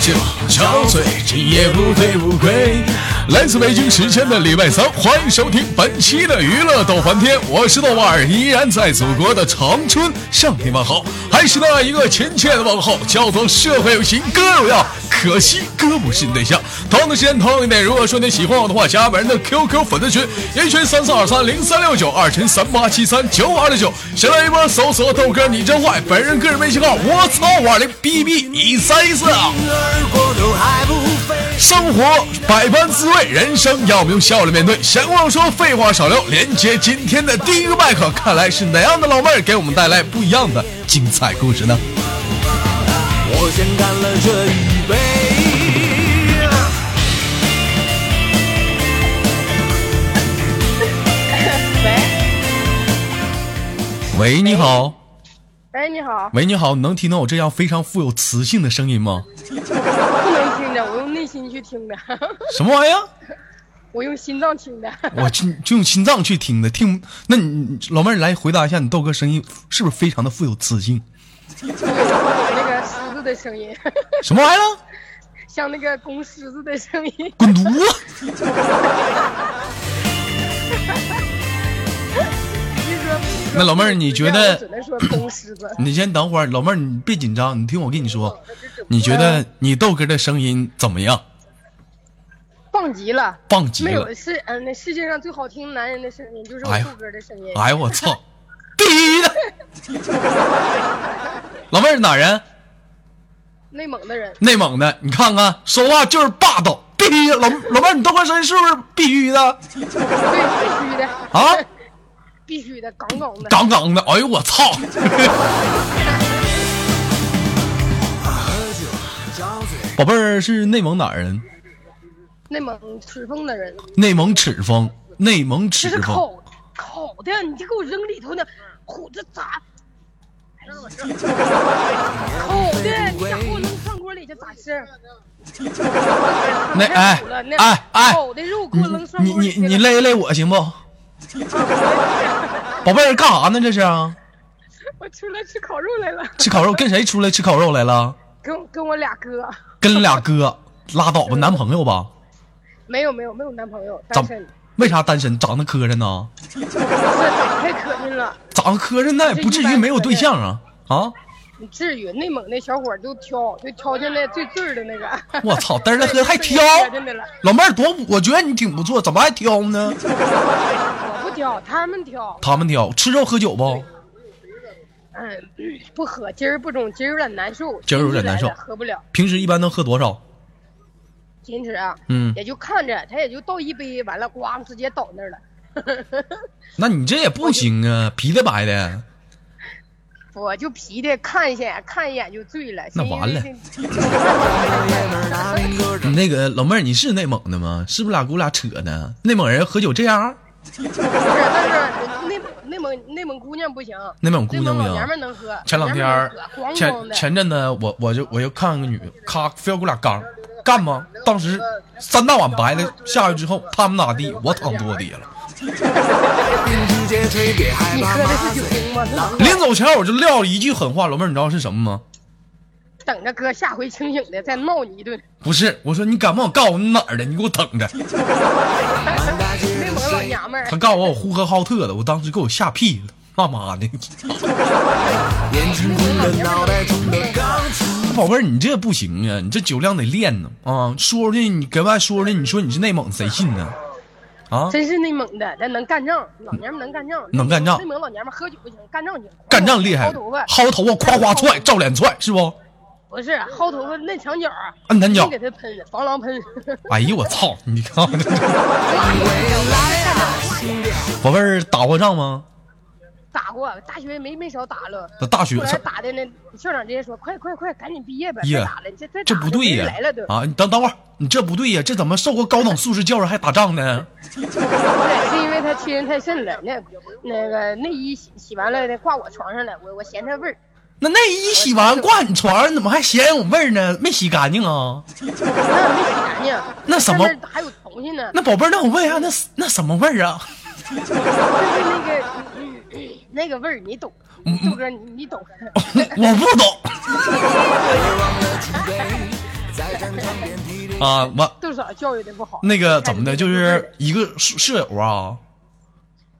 酒，憔醉，今夜不醉不归。来自北京时间的礼拜三，欢迎收听本期的娱乐逗翻天，我是豆瓣儿，依然在祖国的长春向你问好，还是那一个亲切的问候，叫做社会有型哥有样，可惜哥不是你对象。同样的时间，同样的点，如果啊说你喜欢我的话，加本人的 QQ 粉丝群，人群三四二三零三六九，二群三八七三九五二六九，新浪微博搜索豆哥你真坏，本人个人微信号我操五二零 bb 一三一四。啊生活百般滋味，人生要我们用笑来面对。闲话少说，废话少聊，连接今天的第一个麦克，看来是哪样的老妹儿给我们带来不一样的精彩故事呢？我先干了这一杯。喂，喂，你好，哎，你好，喂，你好，能听到我这样非常富有磁性的声音吗？不能听的，我用内心去听的， 什么玩意儿？我用心脏听的， 我就就用心脏去听的，听那你老妹儿来回答一下，你豆哥声音是不是非常的富有磁性？我那个狮子的声音， 什么玩意儿？像那个公狮子的声音。滚犊子！你说那老 妹儿你觉得。我只能说公狮子你先等会儿，老妹儿，你别紧张，你听我跟你说， 你觉得你豆哥的声音怎么样？棒极了，棒极了没有是嗯，那世界上最好听男人的声音就是我哎呀豆哥的声音。哎呦我操，第一的。老妹儿哪人？内蒙的人，内蒙的，你看看，说话就是霸道。必须的，老老妹儿，你豆哥声音是不是必须的？对，必须的啊， 必须的，杠杠的。杠杠的，哎呦我操！ 宝贝儿是内蒙哪儿人？内蒙赤峰的人，内蒙赤峰，内蒙这赤是峰。烤烤的，你就给我扔里头呢，虎子咋？哎烤的，你咋给我扔饭锅里去咋吃？那哎那哎哎，烤的肉给我扔饭你锅你里去了你勒一勒我行不？ 宝贝儿干啥呢？这是啊我出来吃烤肉来了，吃烤肉，跟谁出来吃烤肉来了？跟跟我俩哥，跟俩哥，拉倒吧，男朋友吧？没有没有没有男朋友，怎 单么身，？为啥单身？长得磕碜呢？这长得太磕碜了，长得磕碜那也不至于没有对象啊啊！你至于？内蒙那小伙儿都挑，就挑进来最最儿的那个。我 操，嘚儿了呵还挑磕碜的了，老妹儿多，我觉得你挺不错，怎么还挑呢？ 我不挑，他们挑。他们挑吃肉喝酒不？嗯，不喝，今儿不中，今儿有点难受，今儿有点难受天气来了喝不了。平时一般能喝多少？坚持啊，嗯也就看着他也就倒一杯，完了咣直接倒那儿了。 那你这也不行啊，皮的白的，我就皮的看一眼，看一眼就醉了。那完了谁你那个老妹儿，你是内蒙的吗？是不是俩给我俩扯呢？内蒙人喝酒这样？不是，但是内蒙内蒙内蒙姑娘不行，内蒙姑娘不内蒙老行。娘们儿能喝。前两天儿娘们儿能喝咣咣前的前阵子我我就我就看个女，咔非要给我俩刚干吗？当时三大碗白的下去之后，他们咋地，我躺桌底下了。你喝的是酒精吗？临走前我就撂了一句狠话，老妹儿，你知道是什么吗？等着哥下回清醒的再闹你一顿。不是，我说你敢不敢告诉我你哪儿的？你给我等着。 内蒙老娘们儿他，告诉我我呼和浩特的，我当时给我吓屁了，他妈的！ 宝贝儿，你这不行啊，你这酒量得练呢啊！说出去你跟外说出去，你说你是内蒙，谁信呢？啊，真是内蒙的，那能干仗，老娘们儿能干仗，能干仗内蒙老娘们儿喝酒不行，干仗行。干仗厉害薅头发，薅头发夸夸踹，照脸踹是不？不是薅头发嫩墙角儿，摁墙啊角真给他喷防狼喷。 哎呦我操！你看，宝贝儿打过仗吗？打过，大学没没少打了。那嗯大学后来上打的呢，校长直接说：“快快快，赶紧毕业吧，毕业别打了，这这这不对呀来了都，，啊！你等等会儿，你这不对呀，这怎么受过高等素质教育还打仗呢？不是是因为他欺人太甚了。那那个内衣洗洗完了，挂我床上了，我我嫌他味儿，那内衣洗完挂你床上，怎么还嫌有味儿呢？没洗干净啊？那没洗干净，那什么上面还有东西呢？那宝贝儿，那我问一下，那是那什么味儿啊？ 就是那个嗯嗯那个味儿，你懂，嗯 豆哥你你懂。”我不懂。啊，完豆嫂教育的不好。那个怎么的，就是一个舍舍友啊，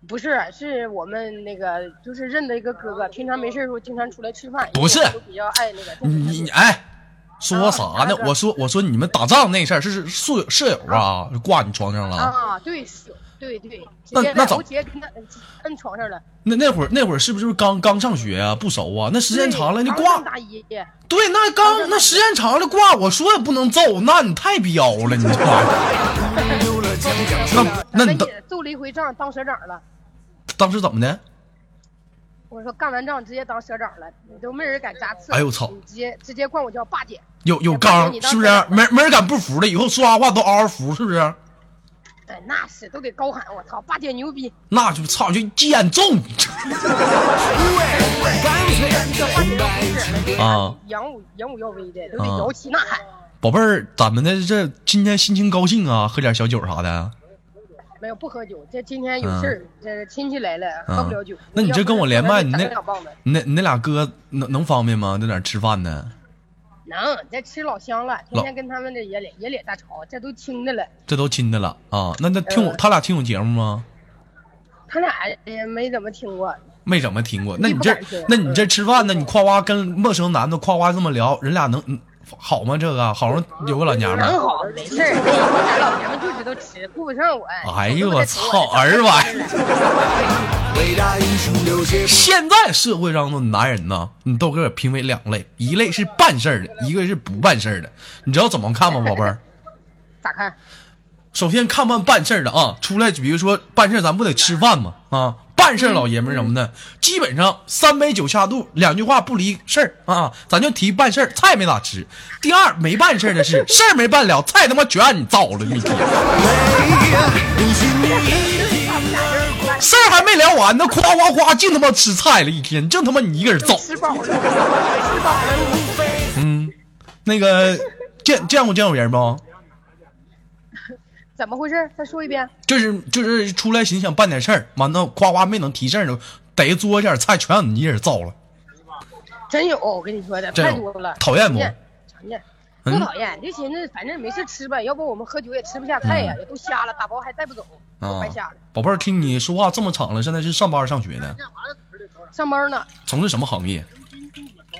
不是，是我们那个就是认的一个哥哥，平常没事的时候经常出来吃饭。不是因为我都比较爱那个。你你你哎，说啥呢啊？我说我说你们打仗那事儿是舍舍友啊，挂你床上了。啊，对，是，对对。那那怎么我姐给他摁摁床上了。那那会儿那会儿是不是就是刚刚上学啊？不熟啊？那时间对长了，那刚挂上大啊一，对，那刚那时间长了挂，我说也不能揍，那你太彪了，你 这那那你咱当也揍了一回仗，当社长了。当时怎么的？我说干完仗直接当社长了，你都没人敢扎刺。哎呦我操你直接直接管我叫霸姐。有有也不刚是你当是不时是？没没人敢不服的，以后说啥话都嗷嗷服，是不是？哎，那是都得高喊我操，霸姐牛逼！那就操就贱重这霸姐要不是呃那个啊！扬武扬武耀威的，都啊得摇旗呐喊。宝贝儿，咱们的这今天心情高兴啊，喝点小酒啥的。没有不喝酒，这今天有事儿，这亲戚来了，嗯喝不了酒。那你这跟我连麦，你那要不然咱俩棒子你那你那俩哥能能方便吗？在哪儿吃饭呢？能，这吃老香了，老天天跟他们这也脸也脸大吵，这都亲的了。这都亲的了啊！那那听我、嗯他俩听我节目吗？他俩也没怎么听过，没怎么听过。那你不这敢听那你这吃饭呢？你夸夸跟陌生男的夸夸这么聊，人俩能嗯好吗？这个好像有个老娘们能儿。好没事儿。那以后咱老娘们就知道吃，顾不上我。哎呦我操，儿吧！伟大英雄流血不现在社会上的男人呢，你都给我评为两类，一类是办事儿的，一个是不办事儿的。你知道怎么看吗，宝贝儿？咋看？首先看办办事儿的啊，出来比如说办事儿咱不得吃饭吗？啊，办事儿老爷们儿什么的，基本上三杯酒下肚，两句话不离事儿啊，咱就提办事儿，菜没咋吃。第二，没办事儿的 是事儿没办了，菜他妈全让你造了，一天累，允许你事儿还没聊完呢，夸夸夸净他妈吃菜了，一天净他妈你一个人造。吃饱了，吃饱了。嗯那个见见过见过人不？怎么回事？再说一遍。就是就是出来寻想办点事儿，完了夸夸没能提事儿呢，逮桌下菜全让你一人造了，真有，我跟你说的这太多了，讨厌不嗯常见？常见，不讨厌，就寻思反正没事吃呗，要不我们喝酒也吃不下菜呀，也都瞎了，打包还带不走，嗯啊白瞎了。！宝贝儿，听你说话这么长了，现在是上班上学呢？上班呢，从事什么行业？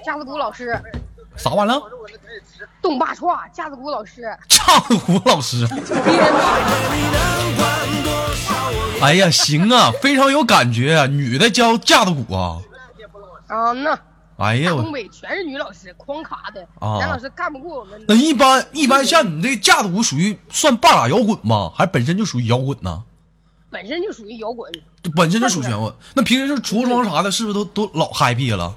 架子鼓老师，啥玩意儿？东八串，架子鼓老师，唱鼓老师。哎呀，行啊，非常有感觉啊！女的教架子鼓啊！ 啊那哎呀，东我北全是女老师，哐咔的，啊男老师干不过我们那。一般一般像你这架子鼓属于算半拉摇滚吗？还本身就属于摇滚呢？本身就属于摇滚，这本身就属于摇滚。那平时就着装啥的，是不是都都老 happy 了？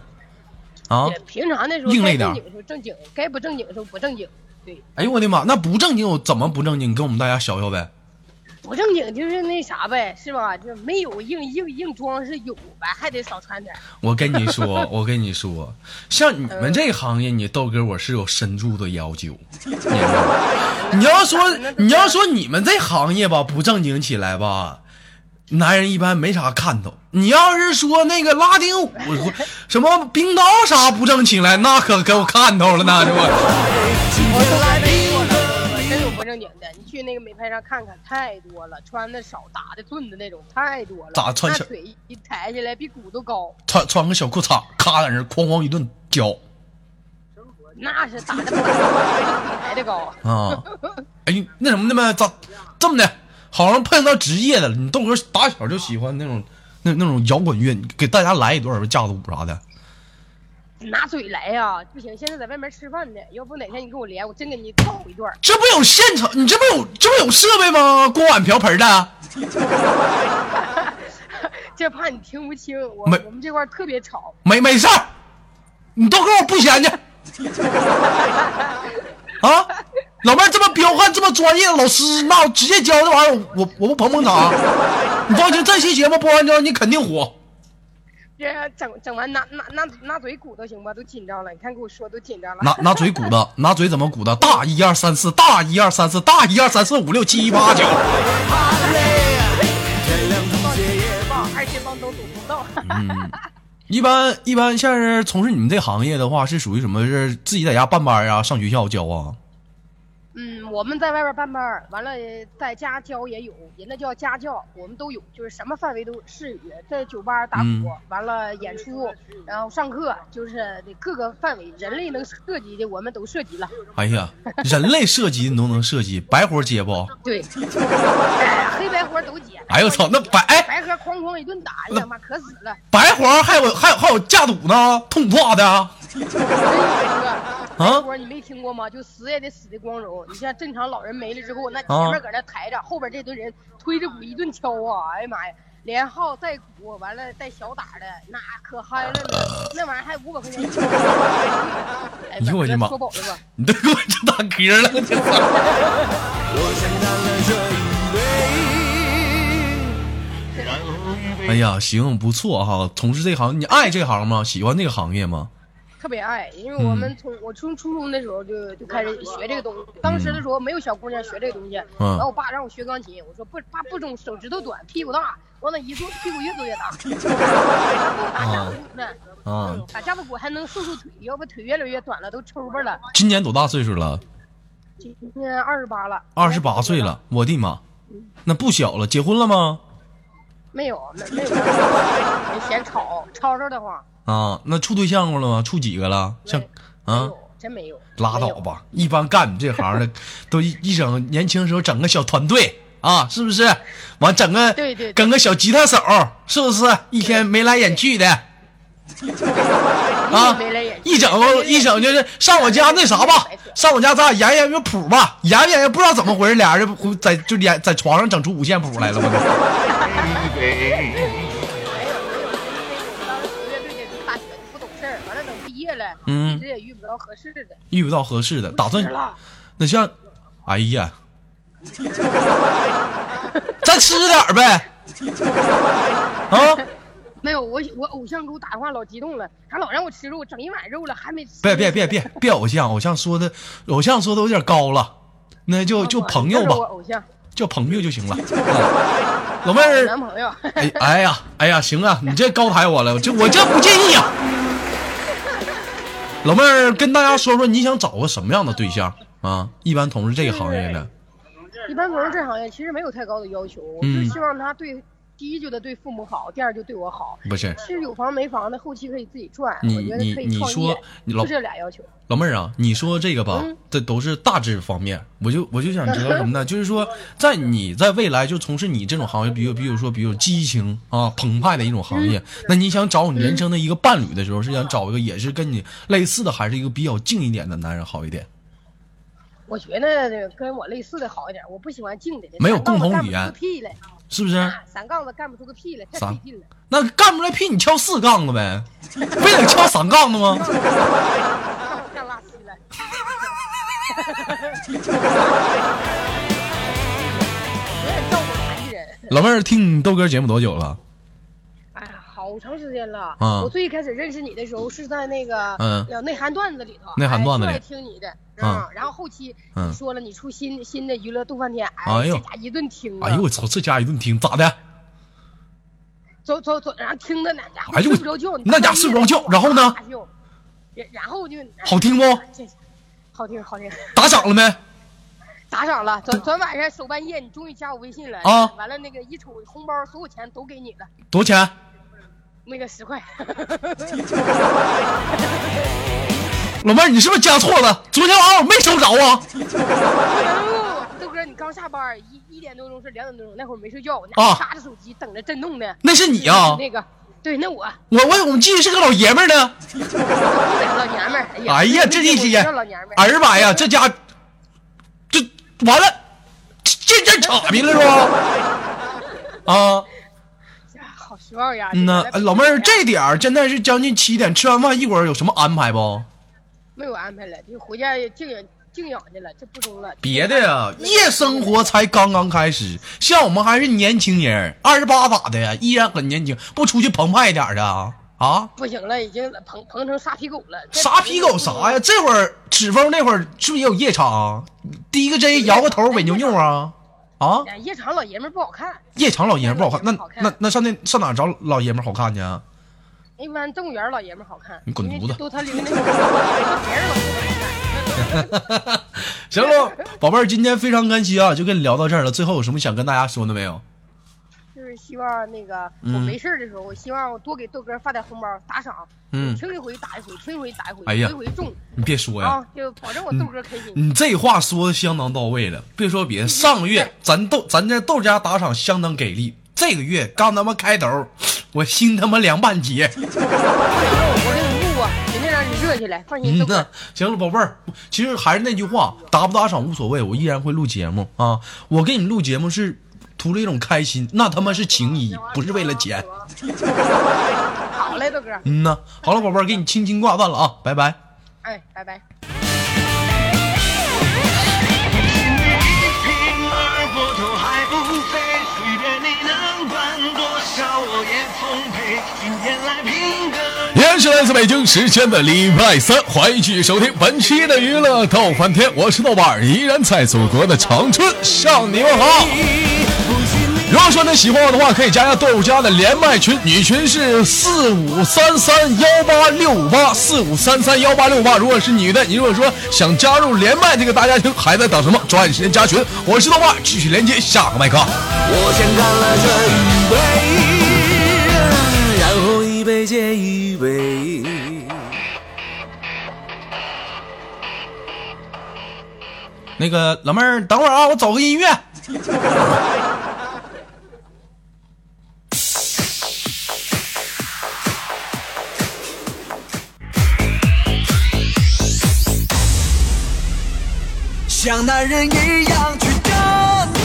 啊？也平常的时候另类该点儿正经的时候正经，该不正经的时候不正经。对，哎呦我的妈！那不正经，我怎么不正经？你跟我们大家学学呗。不正经就是那啥呗，是吧？就没有硬硬硬装是有呗，还得少穿点儿。我跟你说，我跟你说，像你们这行业，你豆哥我是有深度的要求。你要说你要说你们这行业吧，不正经起来吧，男人一般没啥看头。你要是说那个拉丁舞、什么冰刀啥不正经来，那可给我看头了，那就我真有哎不正经的，你去那个美拍上看看，太多了，穿的少，打的钝的那种太多了。咋穿那小腿一抬起来比骨头高，穿穿个小裤衩，咔在那儿哐哐一顿教那是打的不 打腿抬的高。啊！哎，那什么的呗，咋这么的？好像碰到职业的了。你豆哥打小就喜欢那种那那种摇滚乐，你给大家来一段吧，架子鼓啥的。拿嘴来呀、不行，现在在外面吃饭呢，要不哪天你跟我连，我真给你套一段儿。 这不有现场？你这不有这不有设备吗？锅碗瓢盆的。这怕你听不清，我没我们这块儿特别吵。没没事儿，你都给我不嫌弃。啊，老妹儿这么彪悍，这么专业，老师那我直接教这玩意儿，我我不捧捧场。你放心，这期节目播完之后你肯定火。这整整完拿拿拿拿嘴鼓捣行吧，都紧张了。你看给我说都紧张了。 拿拿嘴鼓捣，拿嘴怎么鼓捣？大一二三四，大一二三四，大一二三四五六七八九。棒，哎二斤棒都走不到。一般一般，像是从事你们这行业的话，是属于什么？是自己在家办班啊，上学校教啊？嗯我们在外边办班儿，完了在家教也有，人那叫家教，我们都有，就是什么范围都是在酒吧打鼓，嗯完了演出，然后上课，就是各个范围，人类能涉及的我们都涉及了。哎呀，人类涉及你都能涉及，白活接不？对， 黑白活都接。哎呦我操，那白哎白活哐哐一顿打，哎呀妈，可死了！白活还有还有还有架赌呢，痛挂的啊！ 白活你没听过吗？就死也得死的光荣。你像正常老人没了之后，那前面搁那抬着，后边这堆人推着鼓一顿敲啊，哎呀妈呀！连号带鼓，完了带小打的，那可嗨了呢，那玩意儿还五百块钱。 哎哎呦我的妈说饱了吧？你都给我整打嗝了， 这操！我先干了这一杯，哎呀，行，不错哈，从事这行，你爱这行吗？喜欢这个行业吗？特别爱，因为我嗯们从、我从初中的时候就就开始学这个东西。当时的时候没有小姑娘学这个东西，嗯然后我爸让我学钢琴，我说不，爸不中，手指头短，屁股大，往那一坐，屁股越坐 越大。打架子鼓呢，啊，打架子鼓还能瘦瘦腿，要不腿越来越短了，都抽巴了。今年多大岁数了？今年二十八了，二十八岁了，我的妈，那不小了，结婚了吗？没有， 没没有，嫌吵，吵吵的慌。啊，那处对象过了吗？处几个了？像没啊，有，真没有，拉没倒有。吧！一般干你这行 的，都一一整年轻时候整个小团队啊，是不是？完整个对对对整个小吉他手，是不是？一天眉来眼去的啊没来眼，去一整一整就是上我家那啥吧白扯，上我家咱俩演演个谱吧，演演不知道怎么回事，俩人就在就演在床上整出五线谱来了吧？当时学乐队的大学就不懂事儿，完了等毕业了，嗯一直也遇不着合适的。遇不到合适的，打算了那像，哎呀， 再吃点儿呗，啊，没有，我我偶像给我打电话老激动了，还老让我吃肉，整一碗肉了还没吃。别别别别别偶像，偶像说的偶像说的有点高了，那就就朋友这嗯是我吧，偶像，叫朋友就行了。啊老妹男儿，朋友。哎哎呀哎呀，行啊，你这高抬我了，这我这不介意啊。老妹儿，跟大家说说你想找个什么样的对象啊？一般从事这个行业的，一般从事这行业其实没有太高的要求，我嗯就希望他对第一就得对父母好，第二就对我好。不是其实有房没房的，后期可以自己赚，你我觉你得可以你创说业，你老就这俩要求。老妹儿啊，你说这个吧，嗯这都是大致方面，我就我就想知道什么呢？ 就是说，在你在未来就从事你这种行业，比如比如说，比如激情啊、澎湃的一种行嗯业，那你想找你人生的一个伴侣的时候，是想找一个也是跟你类似的，还是一个比较静一点的男人好一点？我觉得跟我类似的好一点，我不喜欢静的，没有三杠子共同干语不出言个屁来，是不是？啊三杠子干不出个屁来，太三费劲了。那干不来屁，你敲四杠子呗，非得敲三杠子吗？啊干拉稀 了。有点照顾残疾人。老妹儿，听你豆哥节目多久了？哎呀，好长时间了。啊我最开始认识你的时候是在那个嗯呃内涵段子里头，内涵段子里哎就爱听你的。啊嗯，然后后期嗯你说了你出新新的娱乐豆瓣天，哎呦这家一顿听啊，哎呦我操，这家一顿听咋的？走走走，然后听的那家伙哎呦睡不着觉，那家伙睡不着觉然后呢大笑，哎然然后就哎好听不？这好听好听。打赏了没？打赏了，昨昨晚上守半夜，你终于加我微信了啊完了，那个一瞅红包，所有钱都给你了，多少钱？那个十块。 老妹儿，你是不是加错了？昨天晚上我没收着啊。豆哥，你刚下班，一一点多钟是两点多钟，那会儿没睡觉，我啊拿插着手机等着震动呢。那是你啊！那个，对，那我我我我们记得是个老爷们儿呢。老娘们儿。哎呀，这一一天，老娘们儿。哎呀妈呀，这家这完了，这这岔劈了是吧？啊，呀好失望呀！嗯呐这，个哎老妹儿，这点儿现在是将近七点，吃完饭一会儿有什么安排不？没有安排了，就回家静养静养去了，这不中了。别的呀，夜生活才刚刚开始，像我们还是年轻人，二十八咋的呀，依然很年轻，不出去澎湃一点儿的啊啊！不行了，已经膨膨成沙皮狗了。啥皮狗啥呀？？这会儿指峰那会儿是不是也有夜场？第一个 J 摇个头伪牛牛啊啊！哎夜场老爷们儿不好看。夜场老爷们儿不好看，好那看那那上那上哪儿找老爷们儿好看去啊？一般动物园老爷们儿好看，你滚因为犊子都他领那个别人老爷们儿好看。行喽，宝贝儿，今天非常感谢啊，就跟你聊到这儿了。最后有什么想跟大家说的没有？就是希望那个我没事儿的时候，我希望我多给豆哥发点红包打赏，嗯听一回打一回，听一回打一回，哎呀嗯听一回中你别说呀啊，，就保证我豆哥开心。你这话说的相当到位了。别说别，上个月咱豆咱这豆家打赏相当给力，这个月刚他妈开头，我心他妈凉半截。哎我给你录啊，肯定让你热起来，放心，豆嗯，哥那 行了，宝贝儿，其实还是那句话，打不打赏无所谓，我依然会录节目啊。我给你们录节目是图了一种开心，那他妈是情谊，不是为了钱。好嘞，豆哥，嗯呐，好了，宝贝儿，给你轻轻挂断了啊，拜拜。哎，拜拜。平而过头还不飞，随便你能管多少，我也奉陪。今天来拼个。依然是来自北京时间的礼拜三，欢迎继续收听本期的娱乐逗翻天，我是豆瓣儿，依然在祖国的长春向你们好。如果说你喜欢我的话，可以加一下豆家的连麦群，女群是四五三三幺八六五八四五三三幺八六五八。如果是女的，你如果说想加入连麦这个大家庭，还在等什么？抓紧时间加群。我是豆瓣儿，继续连接下个麦克。我先干了这一杯，然后一杯接一杯。那个老妹儿，等会儿啊，我找个音乐。像男人一样去战斗。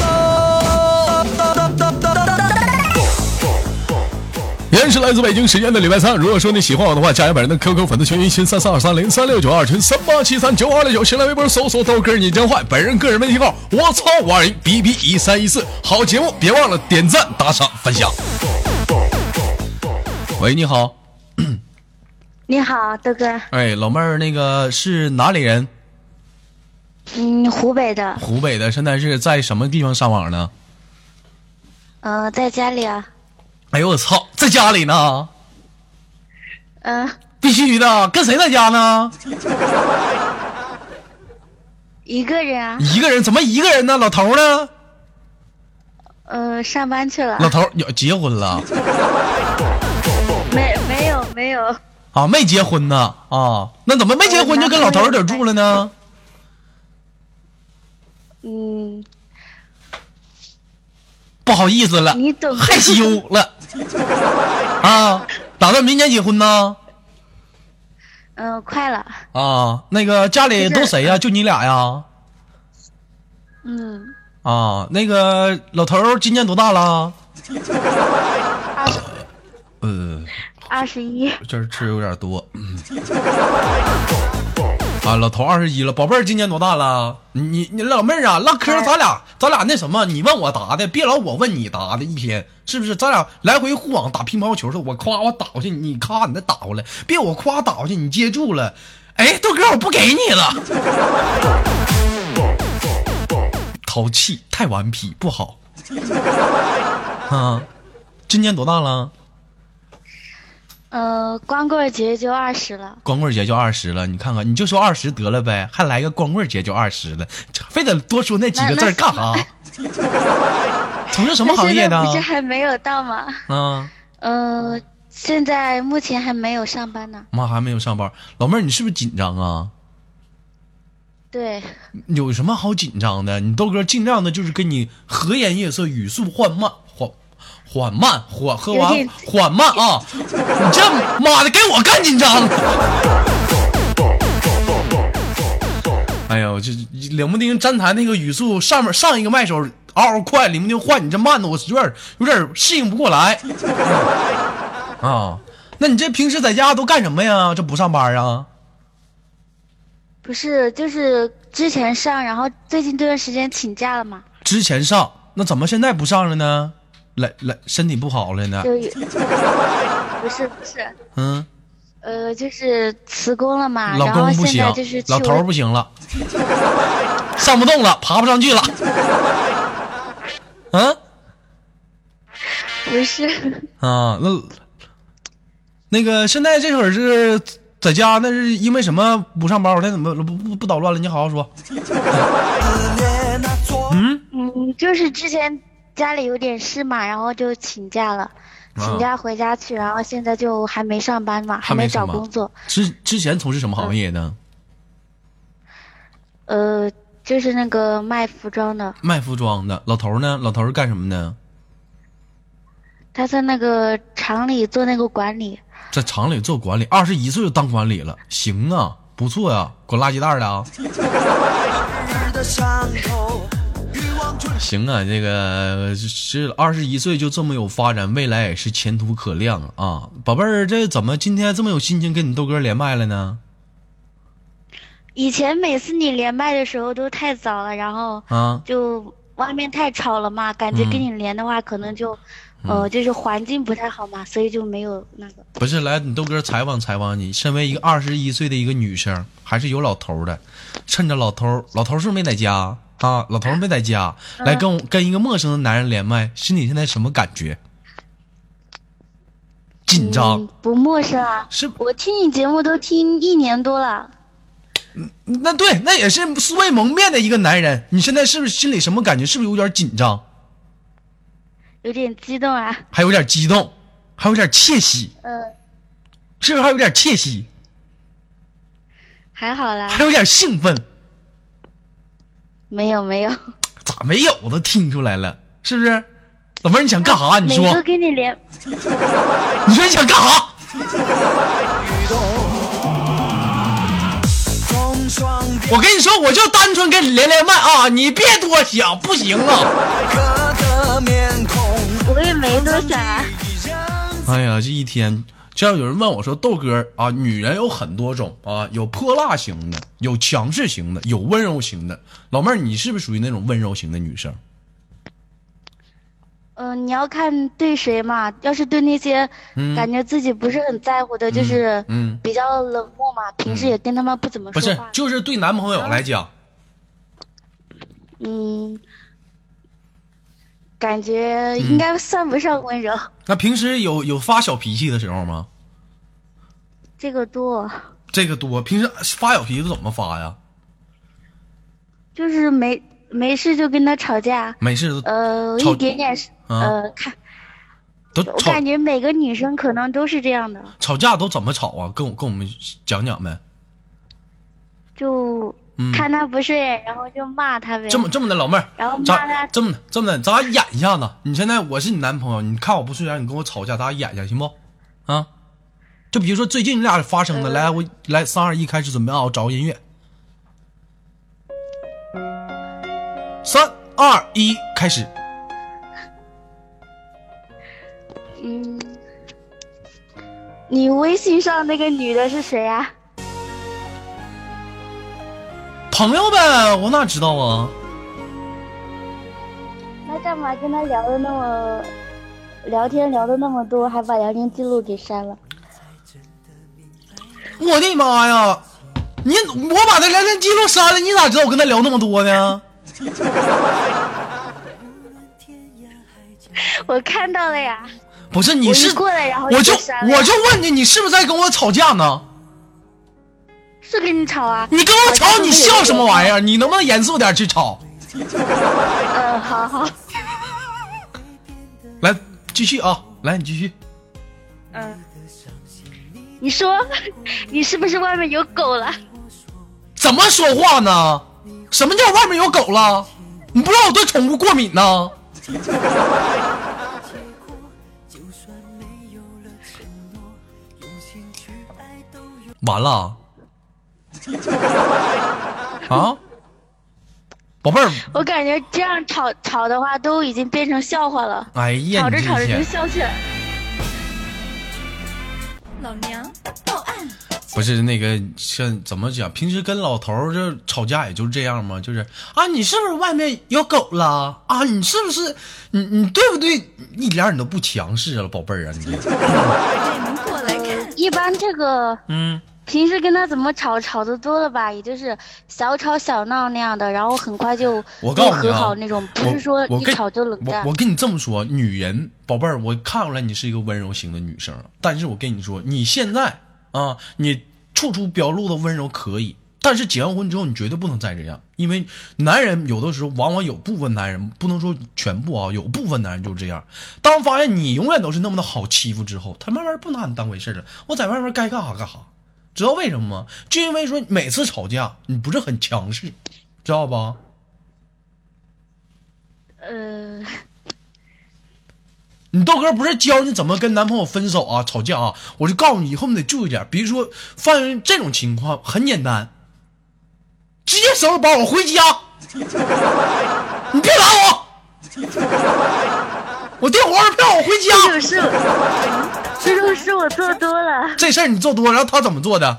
依然是来自北京时间的礼拜三。如果说你喜欢我的话，加一下本人的 QQ 粉丝群一七三三二三零三六九二群三八七三九二六九，新浪微博搜索豆哥你真坏，本人个人微信号我操五二零 B B 一三一四。好节目，别忘了点赞、打赏、分享。喂，你好，你好，豆哥，哎，老妹儿，那个是哪里人？嗯，湖北的，湖北的，现在是在什么地方上网呢？呃，在家里啊，哎呦我操，在家里呢，嗯、必须的，跟谁在家呢？一个人啊，一个人？怎么一个人呢？老头呢？呃，上班去了，老头要结婚了。没没有没有，啊，没结婚呢啊，那怎么没结婚就跟老头儿在住了呢？嗯，不好意思了，你懂的害羞 了啊？打算明年结婚呢？嗯、快了，啊，那个家里都谁呀、就你俩呀？嗯，啊，那个老头儿今年多大 了？呃，二十一，这吃有点多。嗯啊，老头二十一了，宝贝儿今年多大了？你你老妹儿啊，唠嗑咱俩咱俩那什么，你问我答的，别老我问你答的，一天是不是？咱俩来回互往打乒乓球似的，我夸我打过去，你咔你再打回来，别我夸打过去你接住了，哎，豆哥我不给你了，淘气太顽皮不好。 啊，今年多大了？呃，光棍节就二十了，光棍节就二十了，你看看，你就说二十得了呗，还来个光棍节就二十了，非得多说那几个字儿干啥？ 从事什么那行业现在的不？是还没有到吗？啊，呃，现在目前还没有上班呢，妈还没有上班，老妹儿你是不是紧张啊？对，有什么好紧张的？你豆哥尽量的就是跟你和颜悦色，语速缓慢，缓缓慢，缓喝有完点缓慢啊！你这妈的给我干紧张了！哎呦，这冷不丁站台那个语速，上面上一个麦手嗷嗷快，冷不丁换你这慢的，我有点有点适应不过来啊。那你这平时在家都干什么呀？这不上班啊？不是，就是之前上，然后最近这段时间请假了嘛，之前上，那怎么现在不上了呢？来来，身体不好了呢？就有， 不是不是。嗯，呃，就是辞工了嘛，老啊然后公不现行在就是，去老头儿不行了，上不动了，爬不上去了。嗯不是，啊，那那个现在这会儿是在家那是因为什么不上班？我现在怎么不不不捣乱了？你好好说。嗯， 嗯，就是之前家里有点事嘛，然后就请假了，请假回家去，然后现在就还没上班嘛，啊还还没没上找班工作，嗯之之前从事什么行业呢？呃，就是那个卖服装的，卖服装的。老头儿呢？老头儿是干什么的？他在那个厂里做那个管理，在厂里做管理，二十一岁就当管理了，行啊，不错呀、滚垃圾袋儿的啊。行啊，这个是二十一岁就这么有发展，未来也是前途可亮啊！宝贝儿，这怎么今天这么有心情跟你豆哥连麦了呢？以前每次你连麦的时候都太早了，然后啊，就外面太吵了嘛，感觉嗯跟你连的话可能就，呃，就是环境不太好嘛，所以就没有那个。不是，来你豆哥采访采访你，身为一个二十一岁的一个女生，还是有老头儿的，趁着老头儿，老头儿是不是没在家啊？老头儿没在家，嗯来跟我跟一个陌生的男人连麦，是你现在什么感觉？紧张。嗯，不陌生啊。是我听你节目都听一年多了，那对，那也是素未谋面的一个男人，你现在是不是心里什么感觉？是不是有点紧张，有点激动啊。还有点激动，还有点窃喜，嗯，是不是还有点窃喜，还好啦，还有点兴奋？没有没有。咋没有？我都听出来了，是不是？老妹儿，你想干啥？你每说次，跟你连，你说你想干啥？我跟你说，我就单纯跟你连连麦啊，你别多想，不行啊！我也没多想啊。哎呀，这一天，这要有人问我说，豆哥啊，女人有很多种啊，有泼辣型的，有强势型的，有温柔型的。老妹儿，你是不是属于那种温柔型的女生？嗯、你要看对谁嘛。要是对那些感觉自己不是很在乎的，就是嗯比较冷漠嘛，平时也跟他们不怎么不说是话，。就是对男朋友来讲，嗯，感觉应该算不上温柔，那平时有有发小脾气的时候吗？这个多这个多，平时发小脾气都怎么发呀？就是没没事就跟他吵架，没事都呃，吵一点点事，啊呃，看都我吵感觉每个女生可能都是这样的，吵架都怎么吵啊？跟我跟我们讲讲呗。就嗯看他不顺眼，然后就骂他呗。这么这么的，老妹儿然后，骂咱他这么的这么的，咱俩演一下子。你现在我是你男朋友，你看我不顺眼，你跟我吵架，咱俩演一下行不？啊，就比如说最近你俩发生嗯的，来我来三二一开始准备啊，我找个音乐。三二一，开始。嗯，你微信上那个女的是谁啊？朋友呗，我哪知道啊？那干嘛跟她聊的那么，聊天聊的那么多，还把聊天记录给删了？我的妈呀！你我把那聊天记录删了，你咋知道我跟他聊那么多呢？ 我看到了呀，不是你我是一过来然后我就就删了我就问你，你是不是在跟我吵架呢？是跟你吵啊。你跟我吵，你笑什么玩意儿？儿？你能不能严肃点去吵？嗯，好好，来，继续啊，来你继续。嗯。你说，你是不是外面有狗了？怎么说话呢？什么叫外面有狗了？你不知道我对宠物过敏呢？完了啊！宝贝儿，我感觉这样吵吵的话，都已经变成笑话了。哎呀，吵着你吵这着就天笑起来。老娘报案，不是那个像怎么讲？平时跟老头儿就吵架也就是这样嘛，就是啊，你是不是外面有狗了啊？你是不是你你对不对？一点儿你都不强势了，宝贝儿啊，你这你们过来看，一般这个嗯，平时跟他怎么吵，吵得多了吧，也就是小吵小闹那样的，然后很快就我告诉你就和啊好那种，不是说我一吵就冷我战我。跟你这么说，女人宝贝儿，我看出来你是一个温柔型的女生，但是我跟你说，你现在啊，你处处表露的温柔可以，但是结完婚之后你绝对不能再这样，因为男人有的时候往往有部分男人不能说全部啊，有部分男人就这样。当发现你永远都是那么的好欺负之后，他慢慢不拿你当回事了，我在外面该干啥干啥，知道为什么吗？就因为说每次吵架你不是很强势，知道吧？呃，你豆哥不是教你怎么跟男朋友分手啊、吵架啊，我就告诉你以后你得注意点，比如说发生这种情况很简单，直接收拾包我回家， 你别拦我， 我订火车票我回这家。种事我，这种事我做多了，这事儿你做多，然后他怎么做的？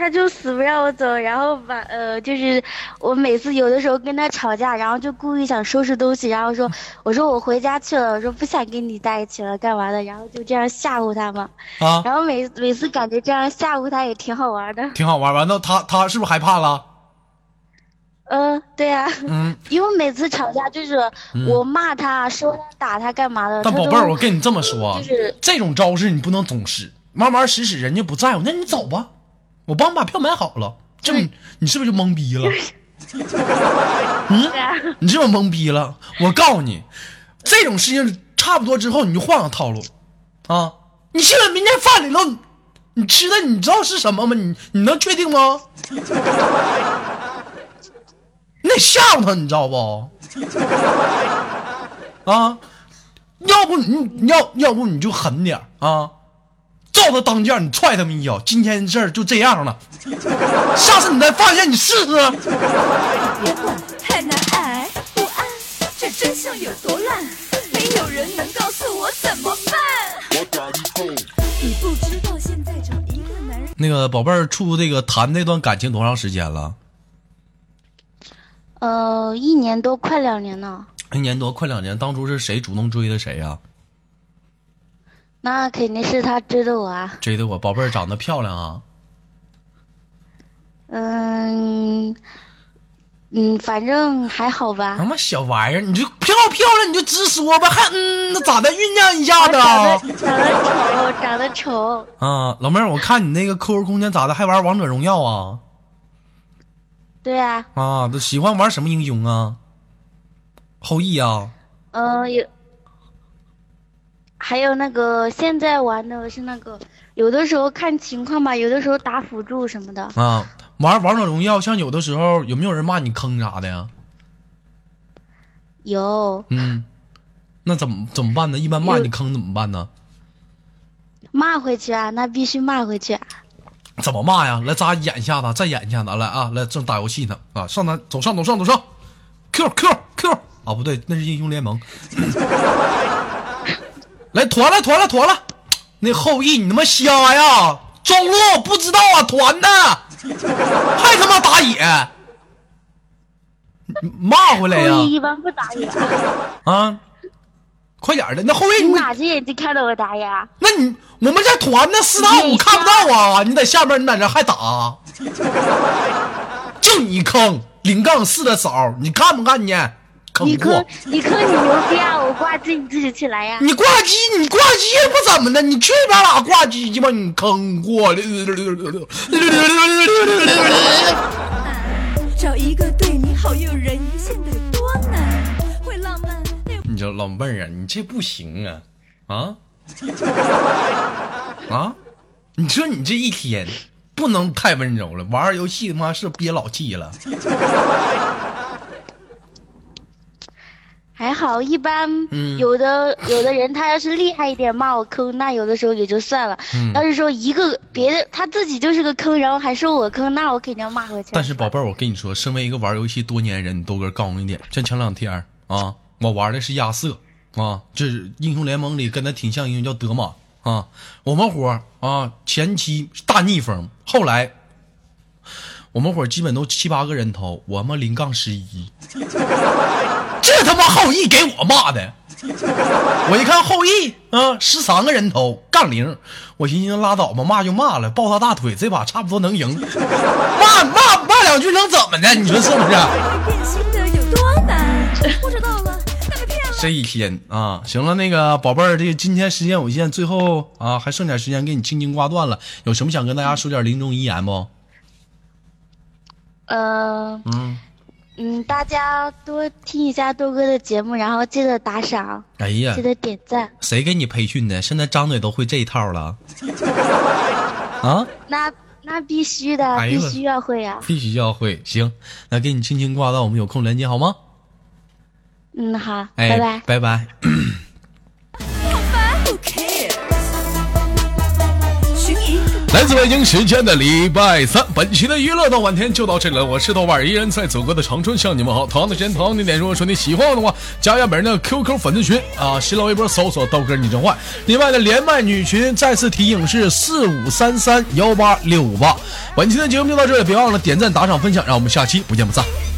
他就死不让我走，然后把呃，就是我每次有的时候跟他吵架，然后就故意想收拾东西，然后嗯说我说我回家去了，我说不想跟你在一起了，干嘛的，然后就这样吓唬他嘛，啊，然后每每次感觉这样吓唬他也挺好玩的，挺好玩。完了，他他是不是害怕了？嗯、对呀、嗯， 因为每次吵架就是我骂他、说他、打他干嘛的，但呃他宝都贝儿，我跟你这么说啊， 就是这种招式你不能总使，慢慢使使人家不在乎，那你走吧，我帮你把票买好了。这你你是不是就懵逼了？嗯 对啊你是不是懵逼了？我告诉你，这种事情差不多之后你就换个套路，啊，你现在明天饭里头你你吃的你知道是什么吗？你你能确定 吗？你得吓唬他，你知道不？ 啊，要不你你要要不你就狠点儿啊，照他当家你踹他们一脚，今天事儿就这样了，下次你再犯现你试啊试。别管太难挨不安，这真相有多烂，没有人能告诉我怎么办。你不知道现在找一个男人，那个宝贝儿处这个谈这段感情多长时间了？呃，一年多快两年了，一年多，快两年。当初是谁主动追的谁啊呀、那肯定是他追的我啊。追的我宝贝儿长得漂亮啊，嗯嗯，反正还好他吧。妈小玩意儿，你就漂漂亮你就直说吧，还嗯那咋的酝酿一下长子得啊？长得丑，长得丑，啊，老妹儿，我看你那个 QQ 空间咋的还玩王者荣耀啊？对啊，啊，都喜欢玩什么英雄啊？后羿啊？嗯、有，还有那个现在玩的是那个，有的时候看情况吧，有的时候打辅助什么的，啊，玩王者荣耀，像有的时候有没有人骂你坑啥的呀？有嗯，那怎么怎么办呢？一般骂有你坑怎么办呢？骂回去啊，那必须骂回去啊、怎么骂呀？来，咱演一下子，再演一下子，来啊，来，正打游戏呢啊，上咱走上走上走上，Q Q Q 啊，不对，那是英雄联盟。 来团了团了团了，那后羿你他妈瞎呀？中路不知道啊，团的，还他妈打野，你骂回哎来呀故意一般不打野啊，啊！快点儿的，那后羿你你哪只眼睛看到我打野啊？那你我们这团呢，四打五看不到啊！你在下面，你在这还打、 就你坑零杠四的嫂，你看不看见？坑你过坑！你坑你牛逼啊！我挂机你自己去来呀、你挂机，你挂机不怎么的，你去边哪挂机去吧？你坑过！找一个对你好又人一性得多难，会浪漫又你这老妹儿啊，你这不行啊，啊啊！你说你这一天不能太温柔了，玩儿游戏他妈是憋老气了。还好，一般嗯有的、有的人他要是厉害一点骂我坑，那有的时候也就算了。嗯要是说一个别的他自己就是个坑，然后还说我坑，那我肯定要骂回去。但是宝贝儿，我跟你说，身为一个玩游戏多年的人，你豆哥告诉你一点，像前两天儿啊，我玩的是亚瑟啊，这是英雄联盟里跟他挺像，英雄叫德玛啊。我们伙儿啊，前期是大逆风，后来我们伙儿基本都七八个人头，我他妈零杠十一， 这他妈后羿给我骂的。我一看后羿啊，十三个人头杠零，我寻思拉倒吧，骂就骂了，抱他大腿，这把差不多能赢。骂骂骂两句能怎么的？你说是不是？会变心的有多难，我找到了那个漂亮。这一天啊，行了，那个宝贝儿，这个今天时间有限，最后啊还剩点时间给你轻轻挂断了，有什么想跟大家说点临终遗言不？呃，嗯，嗯，大家多听一下豆哥的节目，然后记得打赏，哎呀记，得点赞。谁给你培训的？现在张嘴都会这一套了，啊？那那必须的，哎呦必须要会呀、啊必须要会。行，那给你轻轻挂断，我们有空连接好吗？嗯，好，哎，拜拜。拜拜。好吧，Who cares？寻一个来自北京时间的礼拜三，本期的娱乐到晚天就到这里了。我是豆瓣儿，依然在祖国的长春向你们好。同样的时间，同样的地点，如果说你喜欢我的话，加一下本人的 QQ 粉丝群啊，新浪微博搜索“豆哥你真坏”。另外呢，连麦女群再次提醒是四五三三幺八六五八。本期的节目就到这里，别忘了点赞、打赏、分享，让我们下期不见不散。啊 Hãy subscribe cho kênh Ghiền Mì Gõ Để không bỏ lỡ